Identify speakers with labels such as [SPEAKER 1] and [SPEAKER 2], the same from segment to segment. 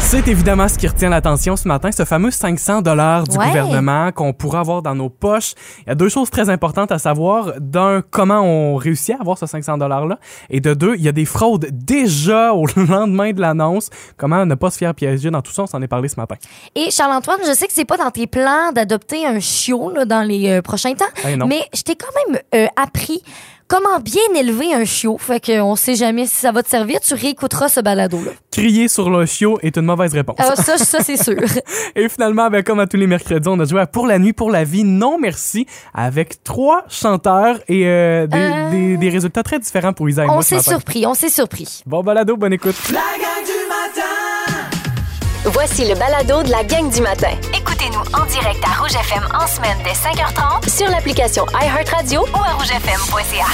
[SPEAKER 1] C'est évidemment ce qui retient l'attention ce matin, ce fameux 500 dollars du
[SPEAKER 2] Ouais.
[SPEAKER 1] gouvernement qu'on pourra avoir dans nos poches. Il y a deux choses très importantes à savoir. D'un, comment on réussit à avoir ce 500 dollars là, et de deux, il y a des fraudes déjà au lendemain de l'annonce. Comment ne pas se faire piéger dans tout ça On s'en est parlé ce matin.
[SPEAKER 2] Et Charles-Antoine, je sais que c'est pas dans tes plans d'adopter un chiot là, dans les euh, prochains temps,
[SPEAKER 1] Eh non.
[SPEAKER 2] mais je t'ai quand même euh, appris comment bien élever un chiot. Fait qu'on sait jamais si ça va te servir. Tu réécouteras ce balado-là.
[SPEAKER 1] Crier sur le chiot est une mauvaise réponse.
[SPEAKER 2] Ah, ça, ça c'est sûr.
[SPEAKER 1] Et finalement, ben, comme à tous les mercredis, on a joué à Pour la nuit, pour la vie, non merci, avec trois chanteurs et euh, des,
[SPEAKER 2] Euh.
[SPEAKER 1] des- des résultats très différents pour Isa et
[SPEAKER 2] on
[SPEAKER 1] moi ce
[SPEAKER 2] s'est
[SPEAKER 1] matin.
[SPEAKER 2] surpris, on s'est surpris.
[SPEAKER 1] Bon balado, bonne écoute.
[SPEAKER 3] La gang du matin
[SPEAKER 4] Voici le balado de la gang du matin. Écoutez-nous en direct à Rouge FM en semaine dès 5h30 sur l'application iHeartRadio ou à rougefm.ca.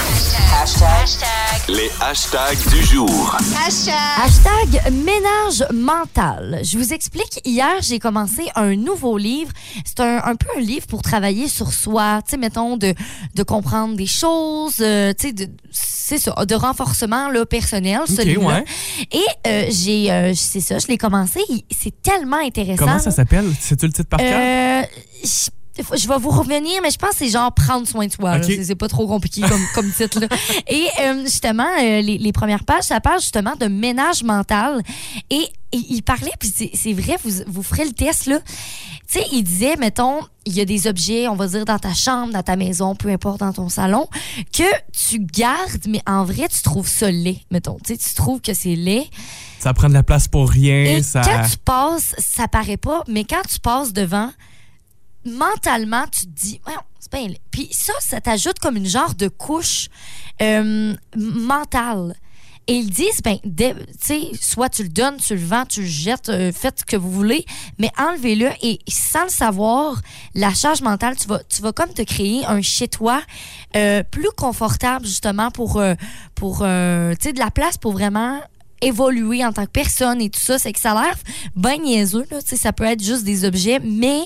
[SPEAKER 5] Les hashtags du jour.
[SPEAKER 2] Hashtag ménage mental. Je vous explique, hier, j'ai commencé un nouveau livre. C'est un, un peu un livre pour travailler sur soi, tu sais, mettons, de, de comprendre des choses, euh, tu sais, de- c'est ça, de renforcement là, personnel, celui-là.
[SPEAKER 1] ouais.
[SPEAKER 2] Et euh, j'ai, euh, c'est ça, je l'ai commencé. Il- C'est tellement intéressant.
[SPEAKER 1] Comment ça s'appelle? C'est-tu le titre par cœur?
[SPEAKER 2] Euh, je, faut- je vais vous revenir, mais je pense que c'est genre prendre soin de soi. là.
[SPEAKER 1] Ok.
[SPEAKER 2] C'est- C'est pas trop compliqué comme, comme titre. là. Et euh, justement, euh, les, les premières pages, ça parle justement de ménage mental. Et, et il parlait, puis c'est c'est vrai, vous, vous ferez le test, là. Tu sais, il disait, mettons, il y a des objets, on va dire, dans ta chambre, dans ta maison, peu importe, dans ton salon, que tu gardes, mais en vrai, tu trouves ça laid, mettons. Tu sais, tu trouves que c'est laid.
[SPEAKER 1] Ça prend de la place pour rien.
[SPEAKER 2] Et
[SPEAKER 1] ça...
[SPEAKER 2] quand tu passes, ça paraît pas, mais quand tu passes devant, mentalement, tu te dis, Voyons, c'est bien laid. Puis ça, ça t'ajoute comme une genre de couche euh, mentale. Et ils disent, ben, dé- tu sais, soit tu le donnes, tu le vends, tu le jettes, euh, faites ce que vous voulez, mais enlevez-le et sans le savoir, la charge mentale, tu vas, tu vas comme te créer un chez-toi euh, plus confortable justement pour, euh, pour euh, tu sais, de la place pour vraiment évoluer en tant que personne et tout ça, c'est que ça a l'air ben niaiseux, là, tu sais, ça peut être juste des objets, mais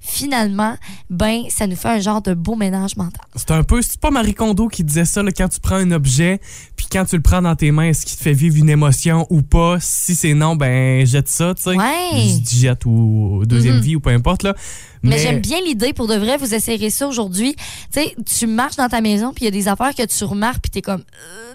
[SPEAKER 2] finalement, ben, ça nous fait un genre de beau ménage mental.
[SPEAKER 1] C'est un peu, c'est pas Marie Kondo qui disait ça, là, quand tu prends un objet, puis quand tu le prends dans tes mains, est-ce qu'il te fait vivre une émotion ou pas? Si c'est non, ben jette ça, tu sais.
[SPEAKER 2] Ouais. Mm-hmm.
[SPEAKER 1] Je dis Jette ou deuxième vie ou peu importe, là.
[SPEAKER 2] Mais, j'aime bien l'idée, pour de vrai, vous essayerez ça aujourd'hui. Tu sais, tu marches dans ta maison, puis il y a des affaires que tu remarques, puis t'es comme,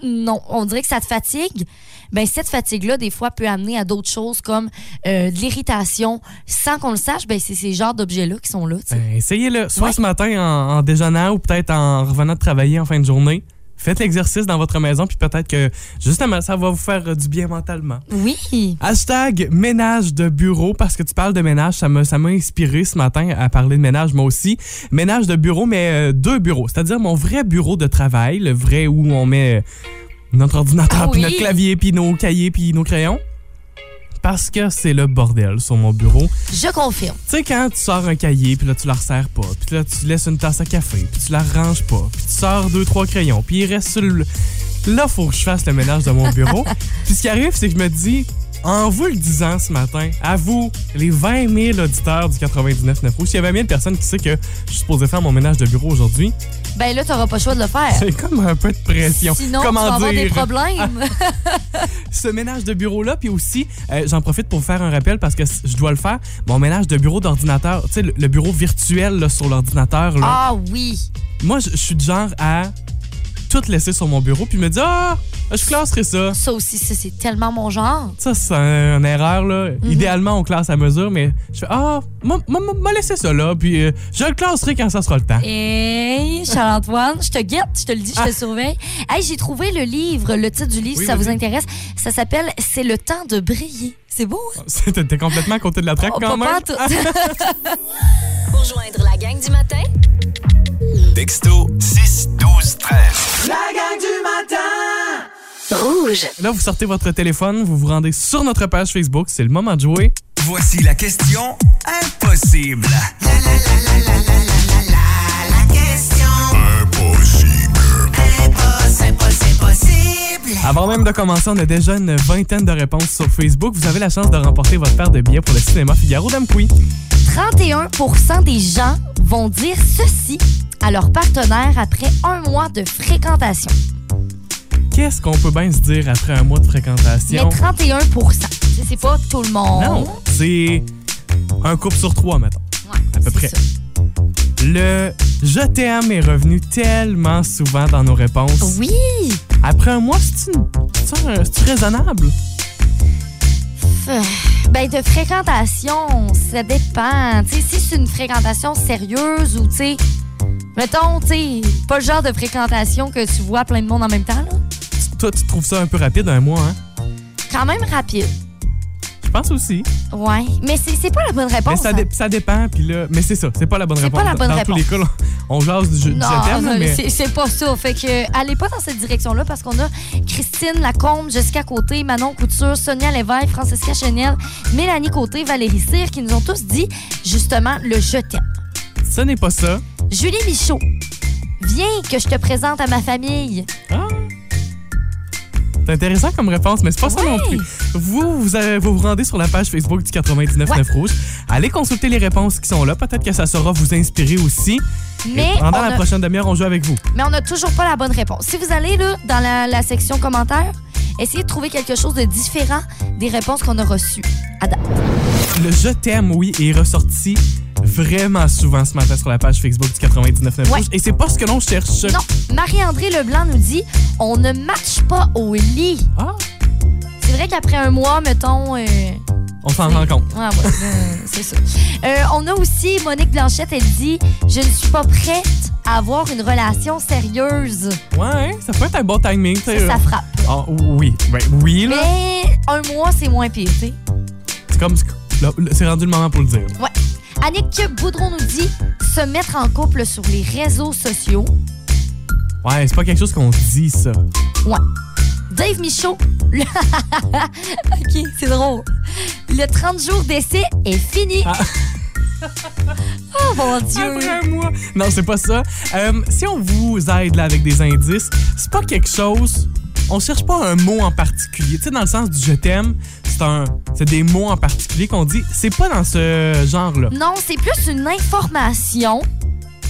[SPEAKER 2] Euh, non, on dirait que ça te fatigue. Ben, cette fatigue-là, des fois, peut amener à d'autres choses comme euh, de l'irritation. Sans qu'on le sache, ben, c'est ces genres d'objets-là qui sont là, tu sais.
[SPEAKER 1] Ben, Essayez-le, soit
[SPEAKER 2] Ouais.
[SPEAKER 1] ce matin en, en déjeunant ou peut-être en revenant de travailler en fin de journée. Faites l'exercice dans votre maison, puis peut-être que justement, ça va vous faire euh, du bien mentalement.
[SPEAKER 2] Oui.
[SPEAKER 1] Hashtag ménage de bureau, parce que tu parles de ménage, ça m'a ça m'a inspiré ce matin à parler de ménage, moi aussi. Ménage de bureau, mais euh, deux bureaux, c'est-à-dire mon vrai bureau de travail, le vrai où on met euh, notre ordinateur,
[SPEAKER 2] Ah
[SPEAKER 1] puis
[SPEAKER 2] oui.
[SPEAKER 1] notre clavier, puis nos cahiers, puis nos crayons. Parce que c'est le bordel sur mon bureau.
[SPEAKER 2] Je confirme.
[SPEAKER 1] Tu sais, quand tu sors un cahier, puis là, tu la resserres pas, puis là, tu laisses une tasse à café, puis tu la ranges pas, puis tu sors deux, trois crayons, puis il reste sur le... Là, faut que je fasse le ménage de mon bureau. puis ce qui arrive, c'est que je me dis, en vous le disant ce matin, à vous, les 20 000 auditeurs du 99.9 Rouge, s'il y a 20 000 personnes qui savent que je suis supposé faire mon ménage de bureau aujourd'hui,
[SPEAKER 2] Ben là, t'auras pas le choix de le faire.
[SPEAKER 1] c'est comme un peu de pression.
[SPEAKER 2] Sinon,
[SPEAKER 1] Comment
[SPEAKER 2] tu vas avoir des
[SPEAKER 1] dire?
[SPEAKER 2] problèmes.
[SPEAKER 1] ce ménage de bureau-là. Puis aussi, euh, j'en profite pour vous faire un rappel parce que c- je dois le faire. Mon ménage de bureau d'ordinateur, tu sais, le, le bureau virtuel là, sur l'ordinateur, là.
[SPEAKER 2] Ah oui.
[SPEAKER 1] moi, je je suis du genre à tout laisser sur mon bureau puis me dire Ah, je classerai ça.
[SPEAKER 2] Ça aussi, ça, c'est tellement mon genre.
[SPEAKER 1] Ça, c'est un- une erreur, là.
[SPEAKER 2] Mhm.
[SPEAKER 1] Idéalement, on classe à mesure, mais je fais Ah, moi, moi, moi, moi, laisser ça là, puis euh, je le classerai quand ça sera le temps.
[SPEAKER 2] Hey, Charles-Antoine, je te guette, je te le dis, je te surveille. Hey, j'ai trouvé le livre, le titre du livre,
[SPEAKER 1] Ah. Oui,
[SPEAKER 2] si ça vous
[SPEAKER 1] vas-y.
[SPEAKER 2] intéresse. Ça s'appelle C'est le temps de briller. C'est beau, hein?
[SPEAKER 1] C'était T'es complètement à côté de la traque
[SPEAKER 2] Oh,
[SPEAKER 1] quand
[SPEAKER 2] pas
[SPEAKER 1] même.
[SPEAKER 2] pantoute.
[SPEAKER 4] Pour joindre la gang du matin,
[SPEAKER 5] Texto 6 12 13.
[SPEAKER 3] La gang du matin
[SPEAKER 4] Rouge.
[SPEAKER 1] Là, vous sortez votre téléphone, vous vous rendez sur notre page Facebook, c'est le moment de jouer.
[SPEAKER 5] Voici la question impossible.
[SPEAKER 1] Avant même de commencer, on a déjà une vingtaine de réponses sur Facebook. Vous avez la chance de remporter votre paire de billets pour le cinéma Figaro d'Amqui.
[SPEAKER 2] 31 des gens vont dire ceci à leur partenaire après un mois de fréquentation.
[SPEAKER 1] Qu'est-ce qu'on peut bien se dire après un mois de
[SPEAKER 2] Mais
[SPEAKER 1] fréquentation?
[SPEAKER 2] 31 sais, c'est pas tout le monde.
[SPEAKER 1] Non, c'est un couple sur trois, mettons.
[SPEAKER 2] Ouais,
[SPEAKER 1] À peu
[SPEAKER 2] c'est
[SPEAKER 1] près.
[SPEAKER 2] ça.
[SPEAKER 1] Le je t'aime est revenu tellement souvent dans nos réponses.
[SPEAKER 2] Oui!
[SPEAKER 1] Après un mois, c'est-tu une- c'est-tu un- c'est-tu raisonnable?
[SPEAKER 2] Euh, Ben, de fréquentation, ça dépend. Tu sais, si c'est une fréquentation sérieuse ou, tu sais, mettons, tu sais, pas le genre de fréquentation que tu vois plein de monde en même temps, là.
[SPEAKER 1] Tu- Toi, tu trouves ça un peu rapide, un mois, hein?
[SPEAKER 2] Quand même rapide.
[SPEAKER 1] Je pense aussi.
[SPEAKER 2] Ouais. Mais c'est c'est pas la bonne réponse.
[SPEAKER 1] mais ça,
[SPEAKER 2] hein.
[SPEAKER 1] dé- ça dépend, puis là... Mais c'est ça, c'est pas la bonne
[SPEAKER 2] C'est
[SPEAKER 1] réponse.
[SPEAKER 2] pas la bonne
[SPEAKER 1] dans
[SPEAKER 2] réponse.
[SPEAKER 1] tous les cas, on, on jase du, jeu- du
[SPEAKER 2] Non,
[SPEAKER 1] je t'aime,
[SPEAKER 2] non,
[SPEAKER 1] là, mais...
[SPEAKER 2] c'est- c'est pas ça. Fait que euh, allez pas dans cette direction-là parce qu'on a Christine Lacombe, Jessica Côté, Manon Couture, Sonia Lévesque, Francesca Chenel, Mélanie Côté, Valérie Cyr qui nous ont tous dit justement le je t'aime.
[SPEAKER 1] Ce n'est pas ça.
[SPEAKER 2] Julie Michaud, viens que je te présente à ma famille.
[SPEAKER 1] Ah. C'est intéressant comme réponse, mais c'est pas ça
[SPEAKER 2] Ouais.
[SPEAKER 1] non plus. Vous, vous, avez- vous vous rendez sur la page Facebook du 99 9 Rouge. Allez consulter les réponses qui sont là. Peut-être que ça saura vous inspirer aussi.
[SPEAKER 2] Mais
[SPEAKER 1] Et
[SPEAKER 2] on,
[SPEAKER 1] pendant la
[SPEAKER 2] a,
[SPEAKER 1] prochaine demi-heure, on joue avec vous.
[SPEAKER 2] mais on a toujours pas la bonne réponse. Si vous allez là, dans la, la section commentaires, essayez de trouver quelque chose de différent des réponses qu'on a reçues à date.
[SPEAKER 1] Le Je t'aime, oui, est ressorti vraiment souvent ce matin sur la page Facebook du 99 9
[SPEAKER 2] Ouais.
[SPEAKER 1] Rouge. Et c'est pas ce que l'on cherche.
[SPEAKER 2] Non, Marie-André Leblanc nous dit on ne matche pas au lit.
[SPEAKER 1] Ah,
[SPEAKER 2] C'est vrai qu'après un mois, mettons. euh,
[SPEAKER 1] on s'en rend compte.
[SPEAKER 2] ouais, ouais, euh, c'est ça. Euh, on a aussi Monique Blanchette, elle dit Je ne suis pas prête à avoir une relation sérieuse.
[SPEAKER 1] Ouais, hein, ça peut être un bon timing. tu
[SPEAKER 2] Ça,
[SPEAKER 1] sais.
[SPEAKER 2] ça frappe.
[SPEAKER 1] Ah, oui, ben, oui, là.
[SPEAKER 2] Mais un mois, c'est moins pire, tu sais.
[SPEAKER 1] C'est comme. là, C'est rendu le moment pour le dire.
[SPEAKER 2] Ouais. Annick Boudron nous dit se mettre en couple sur les réseaux sociaux.
[SPEAKER 1] Ouais, c'est pas quelque chose qu'on dit, ça.
[SPEAKER 2] Dave Michaud, le- ok, c'est drôle. Le 30 jours d'essai est fini.
[SPEAKER 1] Ah.
[SPEAKER 2] oh mon Dieu.
[SPEAKER 1] Après un mois. Non, c'est pas ça. Euh, si on vous aide là avec des indices, c'est pas quelque chose. On cherche pas un mot en particulier. Tu sais, dans le sens du je t'aime, c'est un, c'est des mots en particulier qu'on dit. C'est pas dans ce genre-là.
[SPEAKER 2] Non, c'est plus une information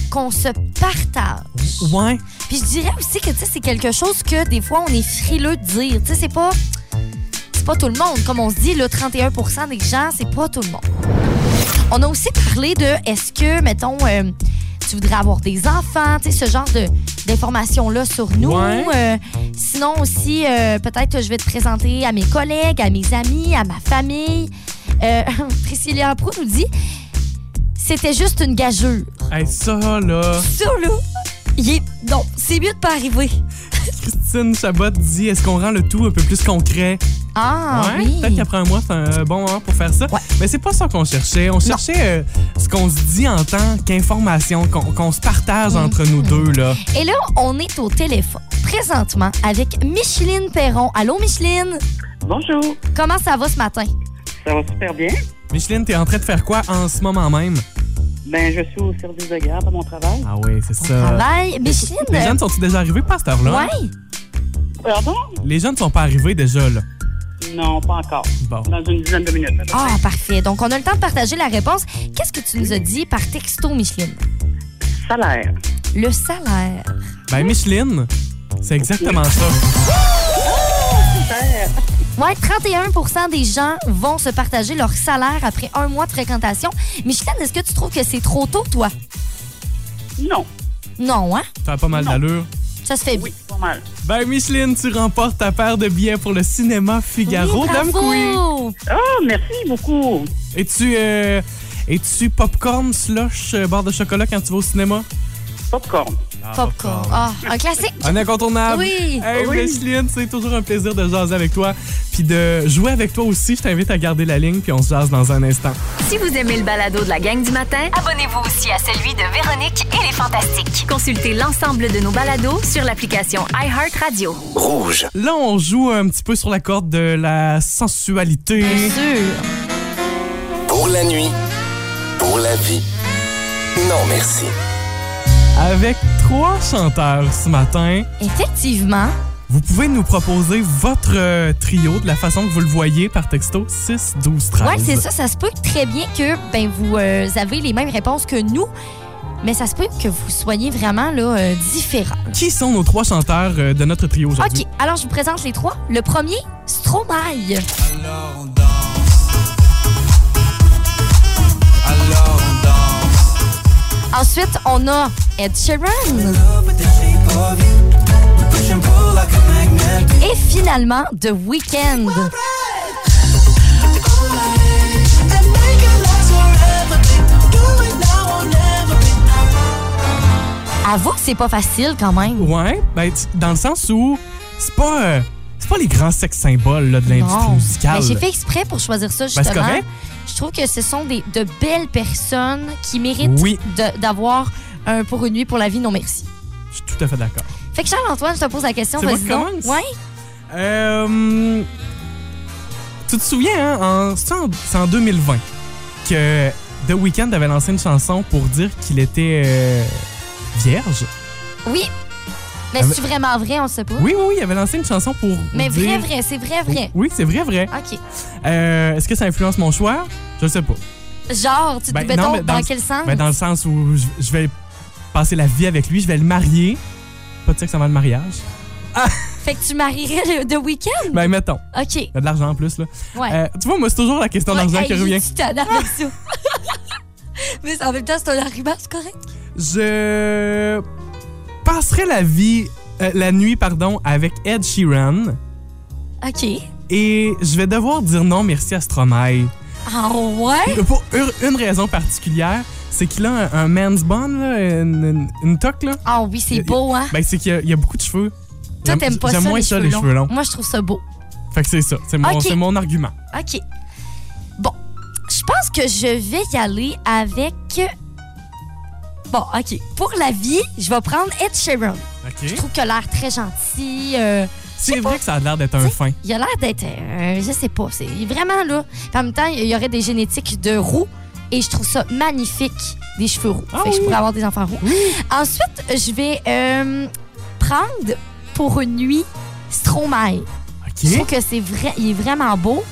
[SPEAKER 2] qu'on se partage.
[SPEAKER 1] Ouais.
[SPEAKER 2] Puis je dirais aussi que tu sais, c'est quelque chose que des fois on est frileux de dire. Tu sais, c'est pas c'est pas tout le monde comme on se dit le 31 des gens, c'est pas tout le monde. On a aussi parlé de est-ce que mettons euh, tu voudrais avoir des enfants, tu sais ce genre de d'informations là sur nous.
[SPEAKER 1] Ouais.
[SPEAKER 2] Euh, sinon aussi euh, peut-être que je vais te présenter à mes collègues, à mes amis, à ma famille. Euh, Priscilla Prou nous dit c'était juste une gageure.
[SPEAKER 1] Hey, ça, là.
[SPEAKER 2] Ça là, il est... non, c'est mieux de pas arriver.
[SPEAKER 1] Christine Chabot dit est-ce qu'on rend le tout un peu plus concret
[SPEAKER 2] Ah
[SPEAKER 1] Ouais,
[SPEAKER 2] oui.
[SPEAKER 1] Peut-être qu'après un mois, c'est un bon moment pour faire ça.
[SPEAKER 2] Ouais.
[SPEAKER 1] Mais c'est pas ça qu'on cherchait. On cherchait euh, ce qu'on se dit en tant qu'information, qu'on qu'on se partage
[SPEAKER 2] Mm.
[SPEAKER 1] entre nous deux, là.
[SPEAKER 2] Et là, on est au téléphone présentement avec Micheline Perron. Allô Micheline,
[SPEAKER 6] Bonjour,
[SPEAKER 2] comment ça va ce matin
[SPEAKER 6] ça va super bien.
[SPEAKER 1] Micheline, t'es en train de faire quoi en ce moment même?
[SPEAKER 6] Ben, je suis au service de garde à mon travail.
[SPEAKER 1] Ah oui, c'est
[SPEAKER 2] Bon
[SPEAKER 1] ça.
[SPEAKER 2] travail, Micheline.
[SPEAKER 1] Les jeunes sont-ils déjà arrivés pas à cette heure-là?
[SPEAKER 2] ouais.
[SPEAKER 6] Pardon?
[SPEAKER 1] Les jeunes ne sont pas arrivés déjà, là.
[SPEAKER 6] Non, pas encore.
[SPEAKER 1] Bon.
[SPEAKER 6] Dans une dizaine de minutes. à peu
[SPEAKER 2] Ah parfait. Donc on a le temps de partager la réponse. Qu'est-ce que tu nous as dit par texto Micheline
[SPEAKER 6] près. Salaire.
[SPEAKER 2] Le salaire.
[SPEAKER 1] Ben, Micheline, c'est exactement ça.
[SPEAKER 2] Ouais, 31 des gens vont se partager leur salaire après un mois de fréquentation. Micheline, est-ce que tu trouves que c'est trop tôt toi
[SPEAKER 6] Non.
[SPEAKER 2] Non, hein
[SPEAKER 1] Ça a pas mal
[SPEAKER 6] Non.
[SPEAKER 1] d'allure.
[SPEAKER 2] Ça se fait
[SPEAKER 6] Oui,
[SPEAKER 2] bien.
[SPEAKER 6] pas mal.
[SPEAKER 1] Ben, Micheline, tu remportes ta paire de billets pour le cinéma Figaro
[SPEAKER 2] Oui,
[SPEAKER 1] Dame Queen.
[SPEAKER 2] bravo!
[SPEAKER 6] Ah, merci beaucoup.
[SPEAKER 1] Es-tu, euh, es-tu popcorn, slush, euh, barre de chocolat quand tu vas au cinéma?
[SPEAKER 6] Popcorn.
[SPEAKER 2] Popcorn. Ah, un classique.
[SPEAKER 1] Un incontournable.
[SPEAKER 2] Oui.
[SPEAKER 1] Hey,
[SPEAKER 6] Oui.
[SPEAKER 1] Micheline, c'est toujours un plaisir de jaser avec toi. Puis de jouer avec toi aussi. Je t'invite à garder la ligne, puis on se jase dans un instant.
[SPEAKER 7] Si vous aimez le balado de la gang du matin,
[SPEAKER 4] Abonnez-vous aussi à celui de Véronique et les Fantastiques.
[SPEAKER 7] consultez l'ensemble de nos balados sur l'application iHeartRadio.
[SPEAKER 5] Rouge.
[SPEAKER 1] Là, on joue un petit peu sur la corde de la sensualité.
[SPEAKER 5] Pour la nuit. Pour la vie. Non, merci.
[SPEAKER 1] avec trois chanteurs ce matin.
[SPEAKER 2] Effectivement.
[SPEAKER 1] Vous pouvez nous proposer votre euh, trio de la façon que vous le voyez par texto 6 12 13.
[SPEAKER 2] Ouais, c'est ça. Ça se peut très bien que ben, vous euh, avez les mêmes réponses que nous, mais ça se peut que vous soyez vraiment là, euh, différents.
[SPEAKER 1] Qui sont nos trois chanteurs euh, de notre trio aujourd'hui
[SPEAKER 2] OK, alors je vous présente les trois. Le premier, Stromae.
[SPEAKER 8] Alors on danse,
[SPEAKER 2] Ensuite, on a Ed Sheeran. Et finalement, The Weeknd. Avoue que c'est pas facile quand même.
[SPEAKER 1] Ouais, ben, t- dans le sens où c'est pas, euh, c'est pas les grands sex symboles là, de l'industrie musicale.
[SPEAKER 2] Mais Ben, j'ai fait exprès pour choisir ça
[SPEAKER 1] Ben,
[SPEAKER 2] justement.
[SPEAKER 1] c'est correct.
[SPEAKER 2] Je trouve que ce sont des, de belles personnes qui méritent
[SPEAKER 1] Oui.
[SPEAKER 2] de- d'avoir un pour une nuit pour la vie, non merci.
[SPEAKER 1] Je suis tout à fait d'accord.
[SPEAKER 2] Fait que Charles-Antoine, je te pose la question,
[SPEAKER 1] C'est moi
[SPEAKER 2] vas-y
[SPEAKER 1] qui
[SPEAKER 2] donc.
[SPEAKER 1] commence?
[SPEAKER 2] Ouais.
[SPEAKER 1] Euh, tu te souviens, hein, en, c'est en, c'est en 2020 que The Weeknd avait lancé une chanson pour dire qu'il était euh, vierge.
[SPEAKER 2] Oh. Oui. Mais
[SPEAKER 1] Ah,
[SPEAKER 2] c'est vraiment vrai, on sait pas.
[SPEAKER 1] Oui, oui, oui, il avait lancé une chanson pour.
[SPEAKER 2] Mais vrai,
[SPEAKER 1] dire-
[SPEAKER 2] vrai, c'est vrai, vrai.
[SPEAKER 1] Oui, c'est vrai, vrai.
[SPEAKER 2] OK.
[SPEAKER 1] Euh, Est-ce que ça influence mon choix? Je le sais pas.
[SPEAKER 2] Genre, tu te
[SPEAKER 1] Ben,
[SPEAKER 2] mettons,
[SPEAKER 1] non, mais
[SPEAKER 2] dans,
[SPEAKER 1] dans-
[SPEAKER 2] quel sens?
[SPEAKER 1] Ben, dans le sens où je, je vais passer la vie avec lui, je vais le marier. Pas de sexe avant le mariage.
[SPEAKER 2] Fait que tu marierais le, de week-end?
[SPEAKER 1] Ben, mettons.
[SPEAKER 2] OK.
[SPEAKER 1] Il y a de l'argent en plus, là.
[SPEAKER 2] Oh. Ouais.
[SPEAKER 1] Euh, tu vois, moi, c'est toujours la question
[SPEAKER 2] Ouais,
[SPEAKER 1] d'argent
[SPEAKER 2] hey,
[SPEAKER 1] qui
[SPEAKER 2] j'ai
[SPEAKER 1] revient.
[SPEAKER 2] dit t'as l'air avec ça. Mais en même temps, c'est un argument, c'est correct?
[SPEAKER 1] Je passerai la vie, euh, la nuit, pardon, avec Ed Sheeran
[SPEAKER 2] OK.
[SPEAKER 1] et je vais devoir dire non merci à Stromae.
[SPEAKER 2] Ah ouais?
[SPEAKER 1] Pour une- une raison particulière, c'est qu'il a un, un man's bun, là, une, une, une toque, là.
[SPEAKER 2] Ah oui,
[SPEAKER 1] Il y
[SPEAKER 2] c'est
[SPEAKER 1] a-
[SPEAKER 2] beau, hein?
[SPEAKER 1] Ben, c'est qu'il y a- il y, a beaucoup de cheveux.
[SPEAKER 2] Toi,
[SPEAKER 1] J'aime-
[SPEAKER 2] t'aimes pas ça,
[SPEAKER 1] J'aime moins
[SPEAKER 2] les
[SPEAKER 1] ça,
[SPEAKER 2] cheveux
[SPEAKER 1] les
[SPEAKER 2] longs.
[SPEAKER 1] cheveux longs.
[SPEAKER 2] Moi, je trouve ça beau.
[SPEAKER 1] Fait que c'est ça. C'est mon,
[SPEAKER 2] Ok.
[SPEAKER 1] c'est mon argument.
[SPEAKER 2] OK. Bon, je pense que je vais y aller avec... euh, Bon, OK. Pour la vie, je vais prendre Ed Sheeran. Je
[SPEAKER 1] OK.
[SPEAKER 2] trouve qu'il a l'air très gentil. euh,
[SPEAKER 1] C'est vrai que ça a l'air d'être un
[SPEAKER 2] T'sais,
[SPEAKER 1] fin.
[SPEAKER 2] il a l'air d'être... euh, je sais pas. C'est vraiment là. En même temps, il y aurait des génétiques de roux. Et je trouve ça magnifique, des cheveux roux.
[SPEAKER 1] Ah
[SPEAKER 2] fait que je
[SPEAKER 1] oui.
[SPEAKER 2] pourrais avoir des enfants roux. Ensuite, je vais euh, prendre pour une nuit Stromae. Je trouve
[SPEAKER 1] OK.
[SPEAKER 2] que c'est vrai, il est vraiment beau.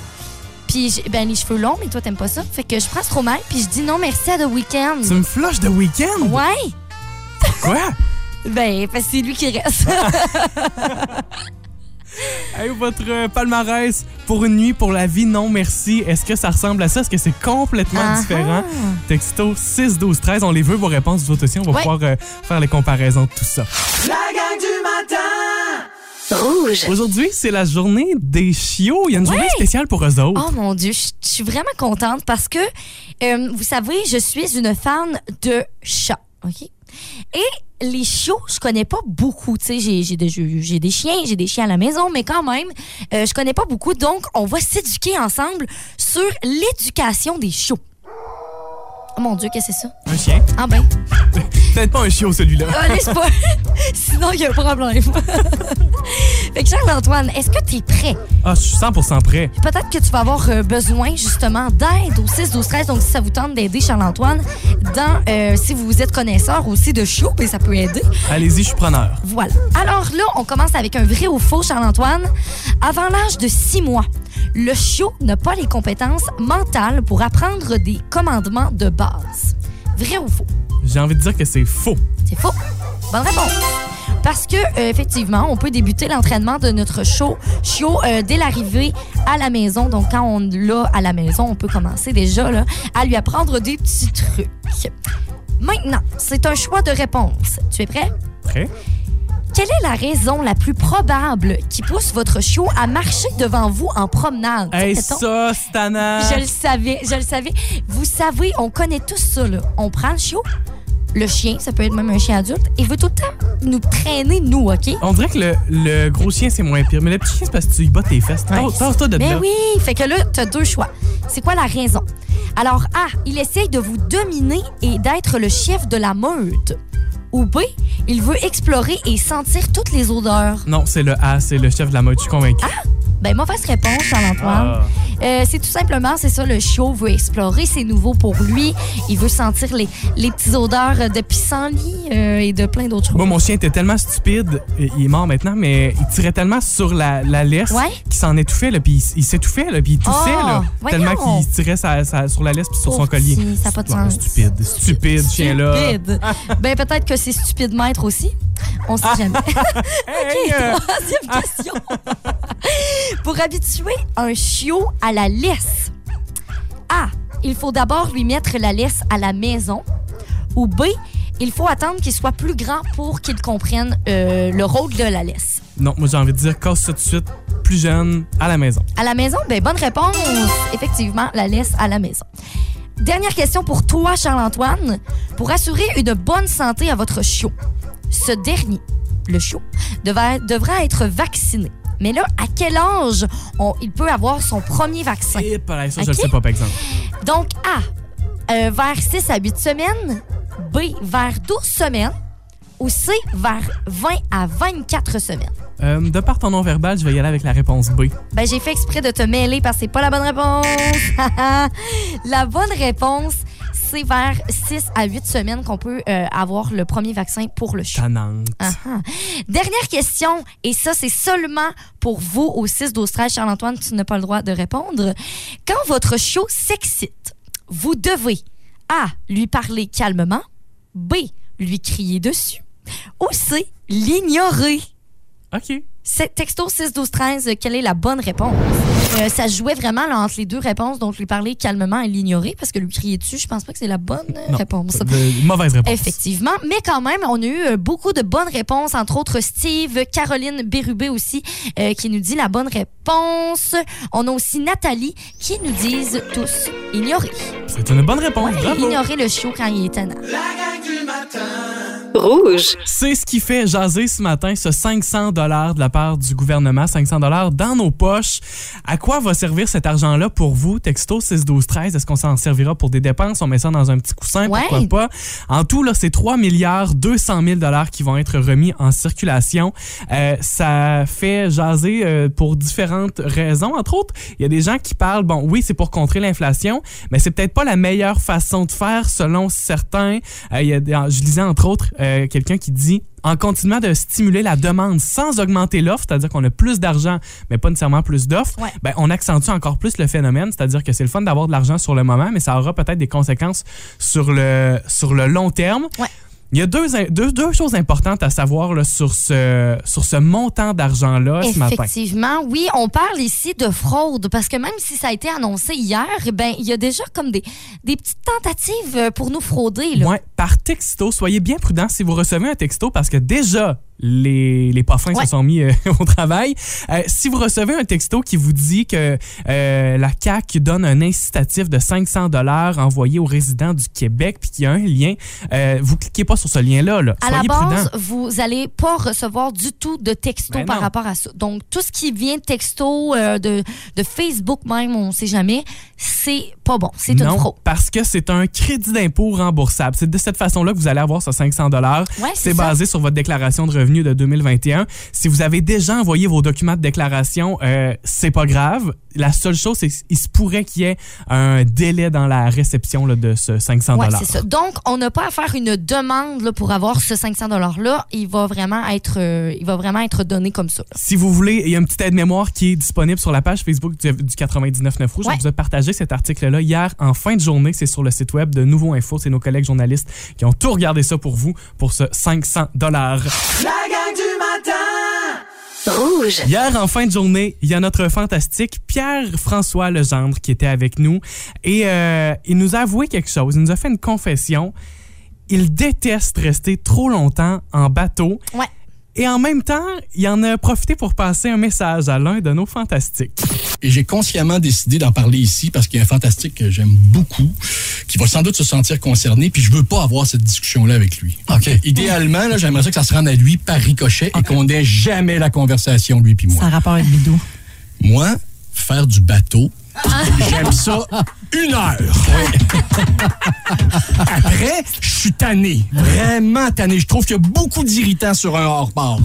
[SPEAKER 2] Puis, j'ai- ben, les cheveux longs, mais toi, t'aimes pas ça. Fait que je prends Stromae, puis je dis non merci à The Weeknd.
[SPEAKER 1] Tu me flushes de week-end?
[SPEAKER 2] Ouais,
[SPEAKER 1] Quoi?
[SPEAKER 2] ben, parce que c'est lui qui reste.
[SPEAKER 1] Hey, votre euh, palmarès pour une nuit, pour la vie, non merci. Est-ce que ça ressemble à ça? Est-ce que c'est complètement
[SPEAKER 2] Ah,
[SPEAKER 1] différent? Texto 6, 12, 13, on les veut vos réponses, vous autres aussi. On va
[SPEAKER 2] Ouais.
[SPEAKER 1] pouvoir euh, faire les comparaisons de tout ça.
[SPEAKER 3] La gang du matin!
[SPEAKER 1] Aujourd'hui, c'est la journée des chiots. Il y a une journée spéciale pour eux autres.
[SPEAKER 2] Oh mon Dieu, je je suis vraiment contente parce que, euh, vous savez, je suis une fan de chats, OK? Et les chiots, je connais pas beaucoup. Tu sais, j'ai- j'ai des, j'ai des chiens, j'ai des chiens à la maison, mais quand même, euh, je connais pas beaucoup. Donc, on va s'éduquer ensemble sur l'éducation des chiots. Oh mon Dieu, qu'est-ce que c'est ça?
[SPEAKER 1] Un chien.
[SPEAKER 2] Ah ben,
[SPEAKER 1] Peut-être pas un chiot, celui-là.
[SPEAKER 2] ah, laisse pas. Sinon, il y a un problème. fait que Charles-Antoine, est-ce que tu es prêt?
[SPEAKER 1] Ah, je suis 100 prêt.
[SPEAKER 2] Peut-être que tu vas avoir euh, besoin justement d'aide au 6 12 13 donc si ça vous tente d'aider Charles-Antoine dans euh, si vous êtes connaisseur aussi de show ben ça peut aider.
[SPEAKER 1] Allez-y, je suis preneur.
[SPEAKER 2] Voilà. Alors là, on commence avec un vrai ou faux Charles-Antoine. Avant l'âge de 6 mois, le chiot n'a pas les compétences mentales pour apprendre des commandements de base. Vrai ou faux
[SPEAKER 1] J'ai envie de dire que c'est faux.
[SPEAKER 2] c'est faux. Bonne réponse. Parce que, euh, effectivement, on peut débuter l'entraînement de notre show, chiot euh, dès l'arrivée à la maison. Donc, quand on l'a à la maison, on peut commencer déjà là, à lui apprendre des petits trucs. Maintenant, c'est un choix de réponse. Tu es prêt?
[SPEAKER 1] Prêt?
[SPEAKER 2] Quelle est la raison la plus probable qui pousse votre chiot à marcher devant vous en promenade?
[SPEAKER 1] Hey,
[SPEAKER 2] Mettons-
[SPEAKER 1] ça, Stana!
[SPEAKER 2] je le savais, je le savais. Vous savez, on connaît tous ça, là. On prend le chiot, le chien, ça peut être même un chien adulte, il veut tout le temps nous traîner, nous, OK?
[SPEAKER 1] On dirait que le, le gros chien, c'est moins pire. Mais le petit chien, c'est parce que tu y bats tes fesses.
[SPEAKER 2] Ouais.
[SPEAKER 1] Tasse- Tasse-toi de
[SPEAKER 2] Mais
[SPEAKER 1] là.
[SPEAKER 2] oui, fait que là, t'as deux choix. C'est quoi la raison? Alors, A, il essaye de vous dominer et d'être le chef de la meute. Ou B, il veut explorer et sentir toutes les odeurs.
[SPEAKER 1] Non, c'est le A, c'est le chef de la mode, je suis convaincu. Ah.
[SPEAKER 2] Ben, mauvaise réponse, Charles-Antoine. Euh, c'est tout simplement, c'est ça, le chiot veut explorer, c'est nouveau pour lui. Il veut sentir les, les petites odeurs de pissenlit euh, et de plein d'autres choses.
[SPEAKER 1] Moi, mon chien était tellement stupide, et il est mort maintenant, mais il tirait tellement sur la, la laisse
[SPEAKER 2] Ouais.
[SPEAKER 1] qu'il s'en étouffait, là, puis il, il s'étouffait, là, puis il toussait,
[SPEAKER 2] Oh,
[SPEAKER 1] là,
[SPEAKER 2] voyons.
[SPEAKER 1] tellement qu'il tirait sa- sa- sur la laisse puis sur
[SPEAKER 2] Pauvre
[SPEAKER 1] son collier.
[SPEAKER 2] petit, ça a pas de
[SPEAKER 1] Ouais,
[SPEAKER 2] sens.
[SPEAKER 1] Stupide, stupide, chien-là.
[SPEAKER 2] Stupide. ben, peut-être que c'est stupide maître aussi. On sait jamais.
[SPEAKER 1] Ah, Hey, euh,
[SPEAKER 2] Troisième question. Pour habituer un chiot à la laisse. A. Il faut d'abord lui mettre la laisse à la maison. Ou B. il faut attendre qu'il soit plus grand pour qu'il comprenne euh, le rôle de la laisse.
[SPEAKER 1] Non, moi j'ai envie de dire casse ça tout de suite, plus jeune, à la maison.
[SPEAKER 2] À la maison, ben bonne réponse. Effectivement, la laisse à la maison. Dernière question pour toi, Charles-Antoine. Pour assurer une bonne santé à votre chiot, ce dernier, le chiot, devra, devra être vacciné. Mais là, à quel âge on- il peut avoir son premier vaccin?
[SPEAKER 1] Et pareil, ça, je
[SPEAKER 2] Ok.
[SPEAKER 1] le sais pas, par exemple.
[SPEAKER 2] Donc, A, euh, vers 6 à 8 semaines. B, vers 12 semaines. Ou C, vers 20 à 24 semaines.
[SPEAKER 1] Euh, de par ton nom verbal, je vais y aller avec la réponse B.
[SPEAKER 2] Ben, j'ai fait exprès de te mêler parce que c'est pas la bonne réponse. la bonne réponse, c'est vers 6 à 8 semaines qu'on peut euh, avoir le premier vaccin pour le chien.
[SPEAKER 1] Tannante.
[SPEAKER 2] Ah-ha. Dernière question, et ça, c'est seulement pour vous au 6 d'Australie. Charles-Antoine, tu n'as pas le droit de répondre. Quand votre chiot s'excite, vous devez A. lui parler calmement, B. lui crier dessus, ou C. l'ignorer.
[SPEAKER 1] OK.
[SPEAKER 2] C'est texto 6 12 13 euh, quelle est la bonne réponse Euh, ça jouait vraiment là, entre les deux réponses, donc lui parler calmement et l'ignorer, parce que lui crier dessus, je pense pas que c'est la bonne euh,
[SPEAKER 1] Non.
[SPEAKER 2] réponse.
[SPEAKER 1] De- mauvaise réponse.
[SPEAKER 2] Effectivement, mais quand même, on a eu euh, beaucoup de bonnes réponses, entre autres Steve, Caroline Bérubé aussi, euh, qui nous dit la bonne réponse. On a aussi Nathalie qui nous disent tous ignorer.
[SPEAKER 1] C'est une bonne réponse.
[SPEAKER 2] Ouais,
[SPEAKER 1] bravo.
[SPEAKER 2] ignorer le chiot quand il est tannant.
[SPEAKER 3] La gang du matin.
[SPEAKER 4] Rouge.
[SPEAKER 1] C'est ce qui fait jaser ce matin ce 500 dollars de la part du gouvernement, 500 dollars dans nos poches. À quoi va servir cet argent-là pour vous, texto 6 12 13 Est-ce qu'on s'en servira pour des dépenses On met ça dans un petit coussin,
[SPEAKER 2] Ouais.
[SPEAKER 1] pourquoi pas En tout, là, c'est 3 milliards 200 000 dollars qui vont être remis en circulation. Euh, ça fait jaser euh, pour différentes raisons. Entre autres, il y a des gens qui parlent. Bon, oui, c'est pour contrer l'inflation, mais c'est peut-être pas la meilleure façon de faire selon certains. Euh, il y a des- je lisais entre autres euh, quelqu'un qui dit en continuant de stimuler la demande sans augmenter l'offre, c'est-à-dire qu'on a plus d'argent, mais pas nécessairement plus d'offres,
[SPEAKER 2] Ouais.
[SPEAKER 1] ben, on accentue encore plus le phénomène, c'est-à-dire que c'est le fun d'avoir de l'argent sur le moment, mais ça aura peut-être des conséquences sur le, sur le long terme.
[SPEAKER 2] Ouais.
[SPEAKER 1] Il y a deux, in- deux, deux choses importantes à savoir là, sur, ce, sur ce montant d'argent-là ce matin.
[SPEAKER 2] Effectivement, oui, on parle ici de fraude parce que même si ça a été annoncé hier, ben il y a déjà comme des, des petites tentatives euh, pour nous frauder. Là.
[SPEAKER 1] Ouais, par texto, soyez bien prudent si vous recevez un texto parce que déjà, les, les pas fins
[SPEAKER 2] Ouais.
[SPEAKER 1] se sont mis euh, au travail. Euh, si vous recevez un texto qui vous dit que euh, la CAQ donne un incitatif de 500 dollars envoyé aux résidents du Québec puis qu'il y a un lien, euh, vous cliquez pas sur ce lien-là. Là.
[SPEAKER 2] À la
[SPEAKER 1] Soyez prudent.
[SPEAKER 2] base, vous allez pas recevoir du tout de texto
[SPEAKER 1] Ben
[SPEAKER 2] par
[SPEAKER 1] non.
[SPEAKER 2] rapport à ça. Donc, tout ce qui vient de texto, euh, de, de Facebook même, on sait jamais, c'est pas bon. C'est une
[SPEAKER 1] non,
[SPEAKER 2] fraude.
[SPEAKER 1] parce que c'est un crédit d'impôt remboursable. C'est de cette façon-là que vous allez avoir ce 500 dollars.
[SPEAKER 2] Ouais, c'est
[SPEAKER 1] c'est
[SPEAKER 2] ça.
[SPEAKER 1] basé sur votre déclaration de revenus de 2021. Si vous avez déjà envoyé vos documents de déclaration, euh, c'est pas grave. La seule chose, c'est qu'il se pourrait qu'il y ait un délai dans la réception là, de ce 500
[SPEAKER 2] Ouais,
[SPEAKER 1] dollars.
[SPEAKER 2] c'est ça. Donc, on n'a pas à faire une demande là, pour avoir ce 500 $-là. Il va vraiment être euh, il va vraiment être donné comme ça. là.
[SPEAKER 1] Si vous voulez, il y a une petite aide-mémoire qui est disponible sur la page Facebook du, du 99.9 Rouge.
[SPEAKER 2] Ouais.
[SPEAKER 1] On vous a partagé cet article-là hier en fin de journée. C'est sur le site web de Nouveau Info. C'est nos collègues journalistes qui ont tout regardé ça pour vous, pour ce 500
[SPEAKER 3] La gang du matin.
[SPEAKER 4] Rouge.
[SPEAKER 1] Hier, en fin de journée, il y a notre fantastique Pierre-François Legendre qui était avec nous et euh, il nous a avoué quelque chose. Il nous a fait une confession. Il déteste rester trop longtemps en bateau.
[SPEAKER 2] Ouais.
[SPEAKER 1] Et en même temps, il en a profité pour passer un message à l'un de nos fantastiques.
[SPEAKER 8] Et j'ai consciemment décidé d'en parler ici parce qu'il y a un fantastique que j'aime beaucoup, qui va sans doute se sentir concerné, puis je veux pas avoir cette discussion-là avec lui. OK. Idéalement, là, j'aimerais ça que ça se rende à lui par ricochet et qu'on n'ait jamais la conversation, lui puis moi.
[SPEAKER 9] Ça a rapport avec Bidou.
[SPEAKER 8] Moi, faire du bateau, j'aime ça une heure. Après, je suis tanné. Vraiment tanné. Je trouve qu'il y a beaucoup d'irritants sur un hors-bord.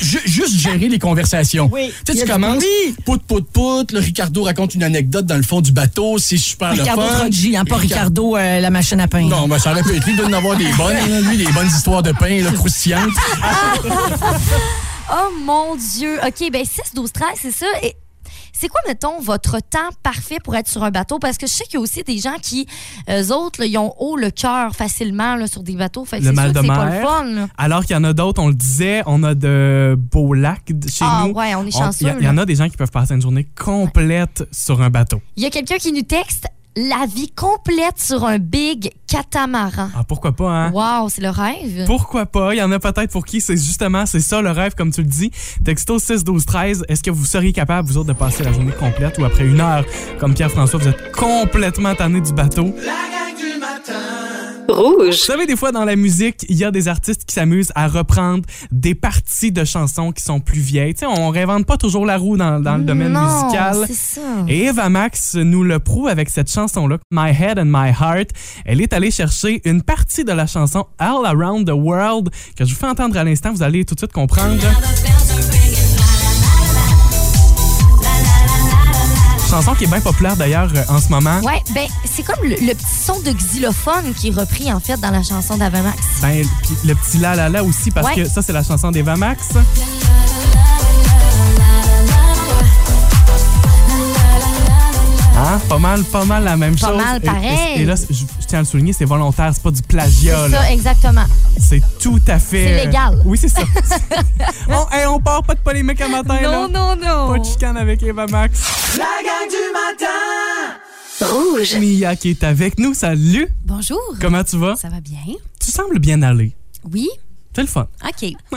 [SPEAKER 8] Ju- Juste gérer les conversations. Tu sais, tu commences, pout, pout, pout, le Ricardo raconte une anecdote dans le fond du bateau, c'est super
[SPEAKER 9] Ricardo
[SPEAKER 8] le fun.
[SPEAKER 9] Trogi, hein, pas
[SPEAKER 8] Rica-
[SPEAKER 9] Ricardo, euh, la machine à pain.
[SPEAKER 8] Non, mais ça aurait pu être lui, il doit en avoir des bonnes, là. lui, des bonnes histoires de pain, là, croustillantes.
[SPEAKER 2] Oh mon Dieu! OK, ben 6, 12, 13, c'est ça. Et c'est quoi, mettons, votre temps parfait pour être sur un bateau? Parce que je sais qu'il y a aussi des gens qui, eux autres, là, ils ont haut le cœur facilement là, sur des bateaux. Fait que
[SPEAKER 1] Le
[SPEAKER 2] c'est
[SPEAKER 1] mal
[SPEAKER 2] sûr que
[SPEAKER 1] de
[SPEAKER 2] c'est pas
[SPEAKER 1] mer.
[SPEAKER 2] le fun. là.
[SPEAKER 1] Alors qu'il y en a d'autres, on le disait, on a de beaux lacs de- chez
[SPEAKER 2] Ah
[SPEAKER 1] nous.
[SPEAKER 2] ouais, on
[SPEAKER 1] On-
[SPEAKER 2] est
[SPEAKER 1] Il y a-
[SPEAKER 2] chanceux.
[SPEAKER 1] il y,
[SPEAKER 2] là.
[SPEAKER 1] en a des gens qui peuvent passer une journée complète sur un bateau.
[SPEAKER 2] Il y a quelqu'un qui nous texte la vie complète sur un big catamaran.
[SPEAKER 1] Ah, pourquoi pas, hein?
[SPEAKER 2] Wow, c'est le rêve.
[SPEAKER 1] Pourquoi pas? Il y en a peut-être pour qui c'est justement, c'est ça le rêve, comme tu le dis. Texto 6 12 13 est-ce que vous seriez capable, vous autres, de passer la journée complète ou après une heure, comme Pierre-François, vous êtes complètement tanné du bateau?
[SPEAKER 3] La gang du matin.
[SPEAKER 4] Rouge. Vous
[SPEAKER 1] savez, des fois, dans la musique, il y a des artistes qui s'amusent à reprendre des parties de chansons qui sont plus vieilles. T'sais, on réinvente pas toujours la roue dans, dans le domaine
[SPEAKER 2] non,
[SPEAKER 1] musical.
[SPEAKER 2] c'est ça.
[SPEAKER 1] Et Eva Max nous le prouve avec cette chanson-là, My Head and My Heart. Elle est allée chercher une partie de la chanson All Around the World que je vous fais entendre à l'instant. Vous allez tout de suite comprendre. chanson qui est bien populaire d'ailleurs euh, en ce moment.
[SPEAKER 2] Ouais, ben c'est comme le, le petit son de xylophone qui est repris en fait dans la chanson d'Avamax.
[SPEAKER 1] Ben, puis le petit la la la aussi parce
[SPEAKER 2] Ouais.
[SPEAKER 1] que ça c'est la chanson d'Eva Max. Hein? Pas mal, pas mal la même
[SPEAKER 2] Pas
[SPEAKER 1] chose.
[SPEAKER 2] mal
[SPEAKER 1] Et- et-
[SPEAKER 2] pareil.
[SPEAKER 1] Et, là, je, je tiens à le souligner, c'est volontaire, c'est pas du plagiat.
[SPEAKER 2] C'est
[SPEAKER 1] Oh là.
[SPEAKER 2] ça, exactement.
[SPEAKER 1] C'est tout à fait.
[SPEAKER 2] C'est
[SPEAKER 1] euh,
[SPEAKER 2] légal.
[SPEAKER 1] Oui, c'est ça. on, hey, on part pas de polémique à matin. là.
[SPEAKER 2] Non, non,
[SPEAKER 1] Pas
[SPEAKER 2] non.
[SPEAKER 1] de chicane avec Eva Max.
[SPEAKER 3] La gang du matin.
[SPEAKER 4] Rouge.
[SPEAKER 1] Mia qui est avec nous, salut.
[SPEAKER 10] Bonjour.
[SPEAKER 1] Comment tu vas?
[SPEAKER 10] Ça va bien?
[SPEAKER 1] Tu sembles bien aller.
[SPEAKER 10] Oui?
[SPEAKER 1] T'es le fun.
[SPEAKER 10] OK. Ah,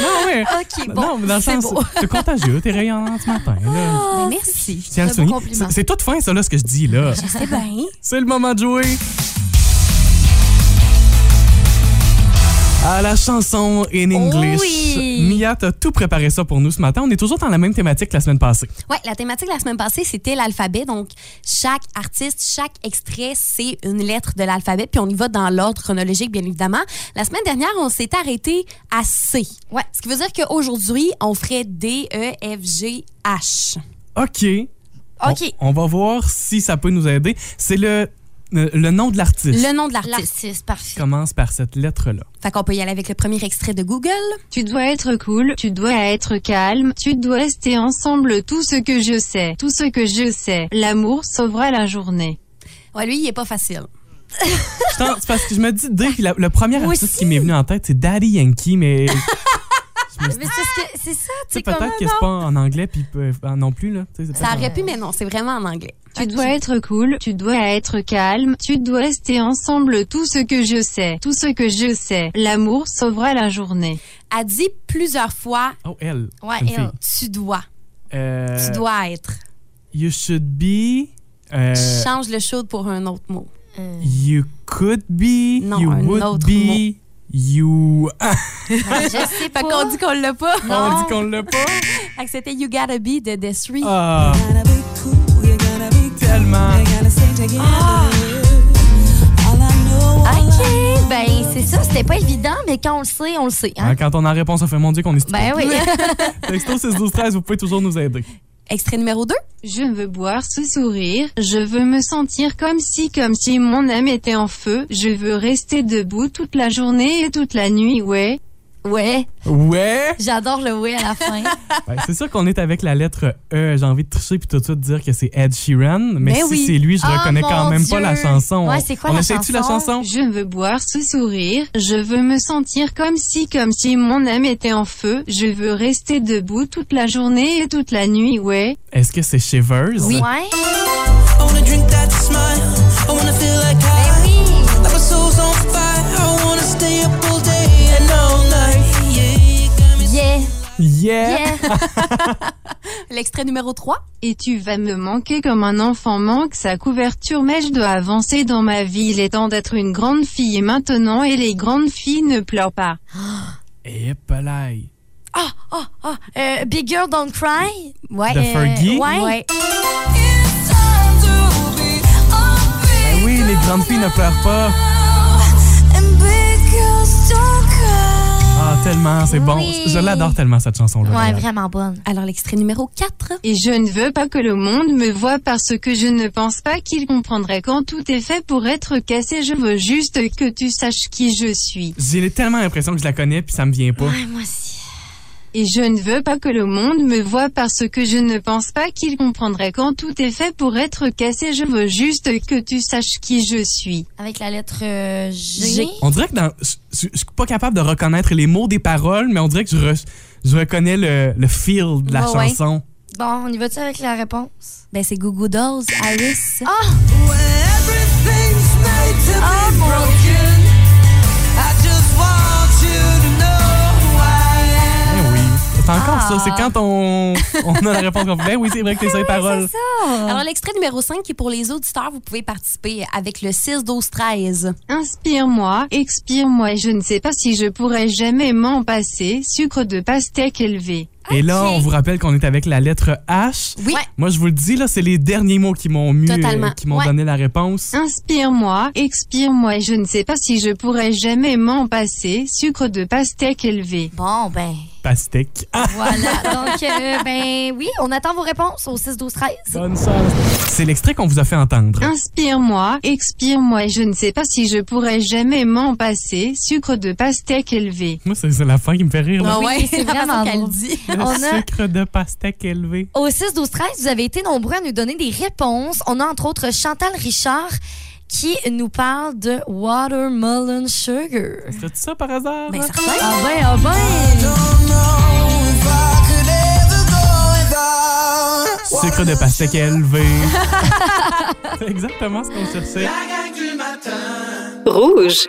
[SPEAKER 1] Non,
[SPEAKER 2] Ah
[SPEAKER 1] ouais.
[SPEAKER 10] OK, bon.
[SPEAKER 1] non, mais dans le
[SPEAKER 10] c'est
[SPEAKER 1] sens,
[SPEAKER 10] beau.
[SPEAKER 1] t'es contagieux, t'es rayonnant ce matin. Là.
[SPEAKER 10] Ben, merci.
[SPEAKER 1] Tiens,
[SPEAKER 2] Ah, c'est un
[SPEAKER 1] Sony,
[SPEAKER 2] beau compliment.
[SPEAKER 1] c'est- C'est toute fin, ça, là, ce que je dis, là.
[SPEAKER 10] C'est bien.
[SPEAKER 1] C'est le moment de jouer. À la chanson in English.
[SPEAKER 10] Oh Oui.
[SPEAKER 1] Mia, t'as tout préparé ça pour nous ce matin. On est toujours dans la même thématique que la semaine passée.
[SPEAKER 10] Oui, la thématique la semaine passée, c'était l'alphabet. Donc, chaque artiste, chaque extrait, c'est une lettre de l'alphabet. Puis on y va dans l'ordre chronologique, bien évidemment. La semaine dernière, on s'est arrêté à C.
[SPEAKER 2] Ouais.
[SPEAKER 10] Ce qui veut dire qu'aujourd'hui, on ferait D, E, F, G, H.
[SPEAKER 1] OK.
[SPEAKER 2] OK.
[SPEAKER 1] On, on va voir si ça peut nous aider. C'est le, le, le nom de l'artiste.
[SPEAKER 10] Le nom de l'artiste.
[SPEAKER 2] L'artiste, parfait.
[SPEAKER 1] Commence par cette lettre-là.
[SPEAKER 10] Fait qu'on peut y aller avec le premier extrait de Google.
[SPEAKER 11] Tu dois être cool, tu dois être calme, tu dois rester ensemble tout ce que je sais, tout ce que je sais. L'amour sauvera la journée.
[SPEAKER 10] Ouais, lui, il est pas facile.
[SPEAKER 1] Ah! Je t'en- C'est parce que je me dis dès que la- le premier
[SPEAKER 10] Ah. Moi
[SPEAKER 1] artiste
[SPEAKER 10] aussi.
[SPEAKER 1] qui m'est venu en tête, c'est Daddy Yankee, mais
[SPEAKER 2] Mais c'est parce que-
[SPEAKER 1] tu sais,
[SPEAKER 2] c'est ça, tu sais, comme...
[SPEAKER 1] peut-être que c'est pas en anglais puis peut- ah, non plus là. Tu sais, c'est
[SPEAKER 10] Ça
[SPEAKER 1] peut-être
[SPEAKER 10] aurait pu, mais non, c'est vraiment en anglais.
[SPEAKER 11] Tu dois être cool, tu dois être calme, tu dois rester ensemble tout ce que je sais, tout ce que je sais. L'amour sauvera la journée.
[SPEAKER 10] A dit plusieurs fois,
[SPEAKER 1] en- Oh elle.
[SPEAKER 2] Ouais,
[SPEAKER 1] c'est une
[SPEAKER 2] elle.
[SPEAKER 1] fille.
[SPEAKER 10] tu dois,
[SPEAKER 1] Euh,
[SPEAKER 10] tu dois être.
[SPEAKER 1] You should be. euh,
[SPEAKER 10] Change le should pour un autre mot.
[SPEAKER 2] Euh,
[SPEAKER 1] you could be.
[SPEAKER 10] Non,
[SPEAKER 1] you
[SPEAKER 10] un
[SPEAKER 1] would
[SPEAKER 10] autre
[SPEAKER 1] be. You. Ah,
[SPEAKER 2] je sais
[SPEAKER 10] Fait
[SPEAKER 2] pas.
[SPEAKER 10] qu'on dit qu'on l'a pas.
[SPEAKER 1] on dit qu'on l'a pas.
[SPEAKER 10] Fait que c'était You Gotta Be de Desiree.
[SPEAKER 1] Ah. Tellement.
[SPEAKER 2] OK, ben c'est ça. C'était pas évident, mais quand on le sait, on le sait. hein.
[SPEAKER 1] Hein, quand on a la réponse, on fait mon Dieu qu'on est stupide.
[SPEAKER 2] Ben oui.
[SPEAKER 1] Texto 6 12 13, vous pouvez toujours nous aider.
[SPEAKER 10] Extrait numéro 2.
[SPEAKER 11] Je veux boire ce sourire, je veux me sentir comme si comme si mon âme était en feu, je veux rester debout toute la journée et toute la nuit, ouais.
[SPEAKER 2] ouais,
[SPEAKER 1] Ouais.
[SPEAKER 2] j'adore le oui à la fin.
[SPEAKER 1] Ben, c'est sûr qu'on est avec la lettre E. J'ai envie de tricher puis tout de suite dire que c'est Ed Sheeran, mais
[SPEAKER 10] Ben
[SPEAKER 1] si
[SPEAKER 10] oui.
[SPEAKER 1] c'est lui, je
[SPEAKER 2] Ah,
[SPEAKER 1] reconnais quand
[SPEAKER 2] mon
[SPEAKER 1] même
[SPEAKER 2] Dieu.
[SPEAKER 1] pas la chanson.
[SPEAKER 2] Ouais, c'est quoi
[SPEAKER 1] On
[SPEAKER 2] la
[SPEAKER 1] essaie-tu la chanson?
[SPEAKER 2] chanson?
[SPEAKER 11] Je veux boire ce sourire, je veux me sentir comme si comme si mon âme était en feu, je veux rester debout toute la journée et toute la nuit, ouais.
[SPEAKER 1] Est-ce que c'est Shivers?
[SPEAKER 2] Oui. Ouais.
[SPEAKER 3] I wanna drink that smile. I wanna feel like
[SPEAKER 11] Eh
[SPEAKER 3] I. Like my soul's on fire. I wanna stay up all day and all night. Yeah, you got me.
[SPEAKER 2] Yeah,
[SPEAKER 1] Yeah.
[SPEAKER 2] yeah.
[SPEAKER 10] L'extrait numéro 3.
[SPEAKER 11] Et tu vas me manquer comme un enfant manque sa couverture, mais je dois avancer dans ma vie. Il est temps d'être une grande fille maintenant et les grandes filles ne pleurent pas.
[SPEAKER 1] Et palais.
[SPEAKER 2] Euh, Big Girl Don't Cry.
[SPEAKER 10] Ouais.
[SPEAKER 1] De Fergie?
[SPEAKER 2] ouais.
[SPEAKER 1] Ben oui, les grandes filles ne pleurent pas. Ah, tellement, c'est bon.
[SPEAKER 2] Oui.
[SPEAKER 1] Je l'adore tellement, cette chanson-là.
[SPEAKER 2] Ouais,
[SPEAKER 1] d'ailleurs.
[SPEAKER 2] vraiment bonne.
[SPEAKER 10] Alors, l'extrait numéro 4.
[SPEAKER 11] Et je ne veux pas que le monde me voie parce que je ne pense pas qu'il comprendrait quand tout est fait pour être cassé. Je veux juste que tu saches qui je suis.
[SPEAKER 1] J'ai tellement l'impression que je la connais puis ça me vient pas.
[SPEAKER 2] Ouais, moi aussi.
[SPEAKER 11] Et je ne veux pas que le monde me voie parce que je ne pense pas qu'il comprendrait quand tout est fait pour être cassé. Je veux juste que tu saches qui je suis.
[SPEAKER 2] Avec la lettre euh, G.
[SPEAKER 10] G.
[SPEAKER 1] On dirait que dans. Je je- je suis pas capable de reconnaître les mots des paroles, mais on dirait que je, re- je reconnais le, le feel de la
[SPEAKER 10] Ouais, ouais.
[SPEAKER 1] chanson.
[SPEAKER 2] Bon, on y va-tu avec la réponse?
[SPEAKER 10] Ben, c'est Goo Goo Dolls, Iris.
[SPEAKER 2] Ah!
[SPEAKER 3] When to be broken. I just want you to know who I am.
[SPEAKER 1] Ben oui. C'est encore ça. C'est quand on, on a la réponse qu'on Ben oui, c'est vrai que t'es ça les paroles.
[SPEAKER 10] Alors, l'extrait numéro 5 qui est pour les auditeurs, vous pouvez participer avec le 6, 12, 13.
[SPEAKER 11] Inspire-moi, expire-moi, je ne sais pas si je pourrais jamais m'en passer. Sucre de pastèque élevé.
[SPEAKER 1] Et là, on vous rappelle qu'on est avec la lettre H.
[SPEAKER 10] Oui.
[SPEAKER 1] Moi, je vous le dis, là, c'est les derniers mots qui m'ont mis, euh,
[SPEAKER 10] Totalement.
[SPEAKER 1] qui m'ont
[SPEAKER 10] Ouais.
[SPEAKER 1] donné la réponse.
[SPEAKER 11] Inspire-moi, expire-moi, je ne sais pas si je pourrais jamais m'en passer. Sucre de pastèque élevé.
[SPEAKER 2] Bon, ben.
[SPEAKER 1] Pastèque. Ah,
[SPEAKER 2] Voilà. Donc, euh, ben oui, on attend vos réponses au 6, 12, 13.
[SPEAKER 1] bonne chance. C'est l'extrait qu'on vous a fait entendre.
[SPEAKER 11] Ah. Inspire-moi, expire-moi, je ne sais pas si je pourrais jamais m'en passer. Sucre de pastèque élevé.
[SPEAKER 1] Moi, c'est c'est la fin qui me fait rire. là.
[SPEAKER 10] Ah ouais,
[SPEAKER 2] Oui, c'est
[SPEAKER 10] la
[SPEAKER 2] vraiment
[SPEAKER 10] façon qu'elle
[SPEAKER 2] drôle.
[SPEAKER 10] dit.
[SPEAKER 1] Le
[SPEAKER 2] Ah On a-
[SPEAKER 1] sucre de pastèque élevé.
[SPEAKER 2] Au 6, 12, 13, vous avez été nombreux à nous donner des réponses. On a entre autres Chantal Richard qui nous parle de Watermelon Sugar.
[SPEAKER 1] C'est ça par hasard?
[SPEAKER 2] Ben,
[SPEAKER 1] hein?
[SPEAKER 2] certain. Ah ben, ah ben!
[SPEAKER 1] Sucre de pastèque élevé. c'est exactement ce qu'on cherchait.
[SPEAKER 3] La gang du matin.
[SPEAKER 4] Rouge.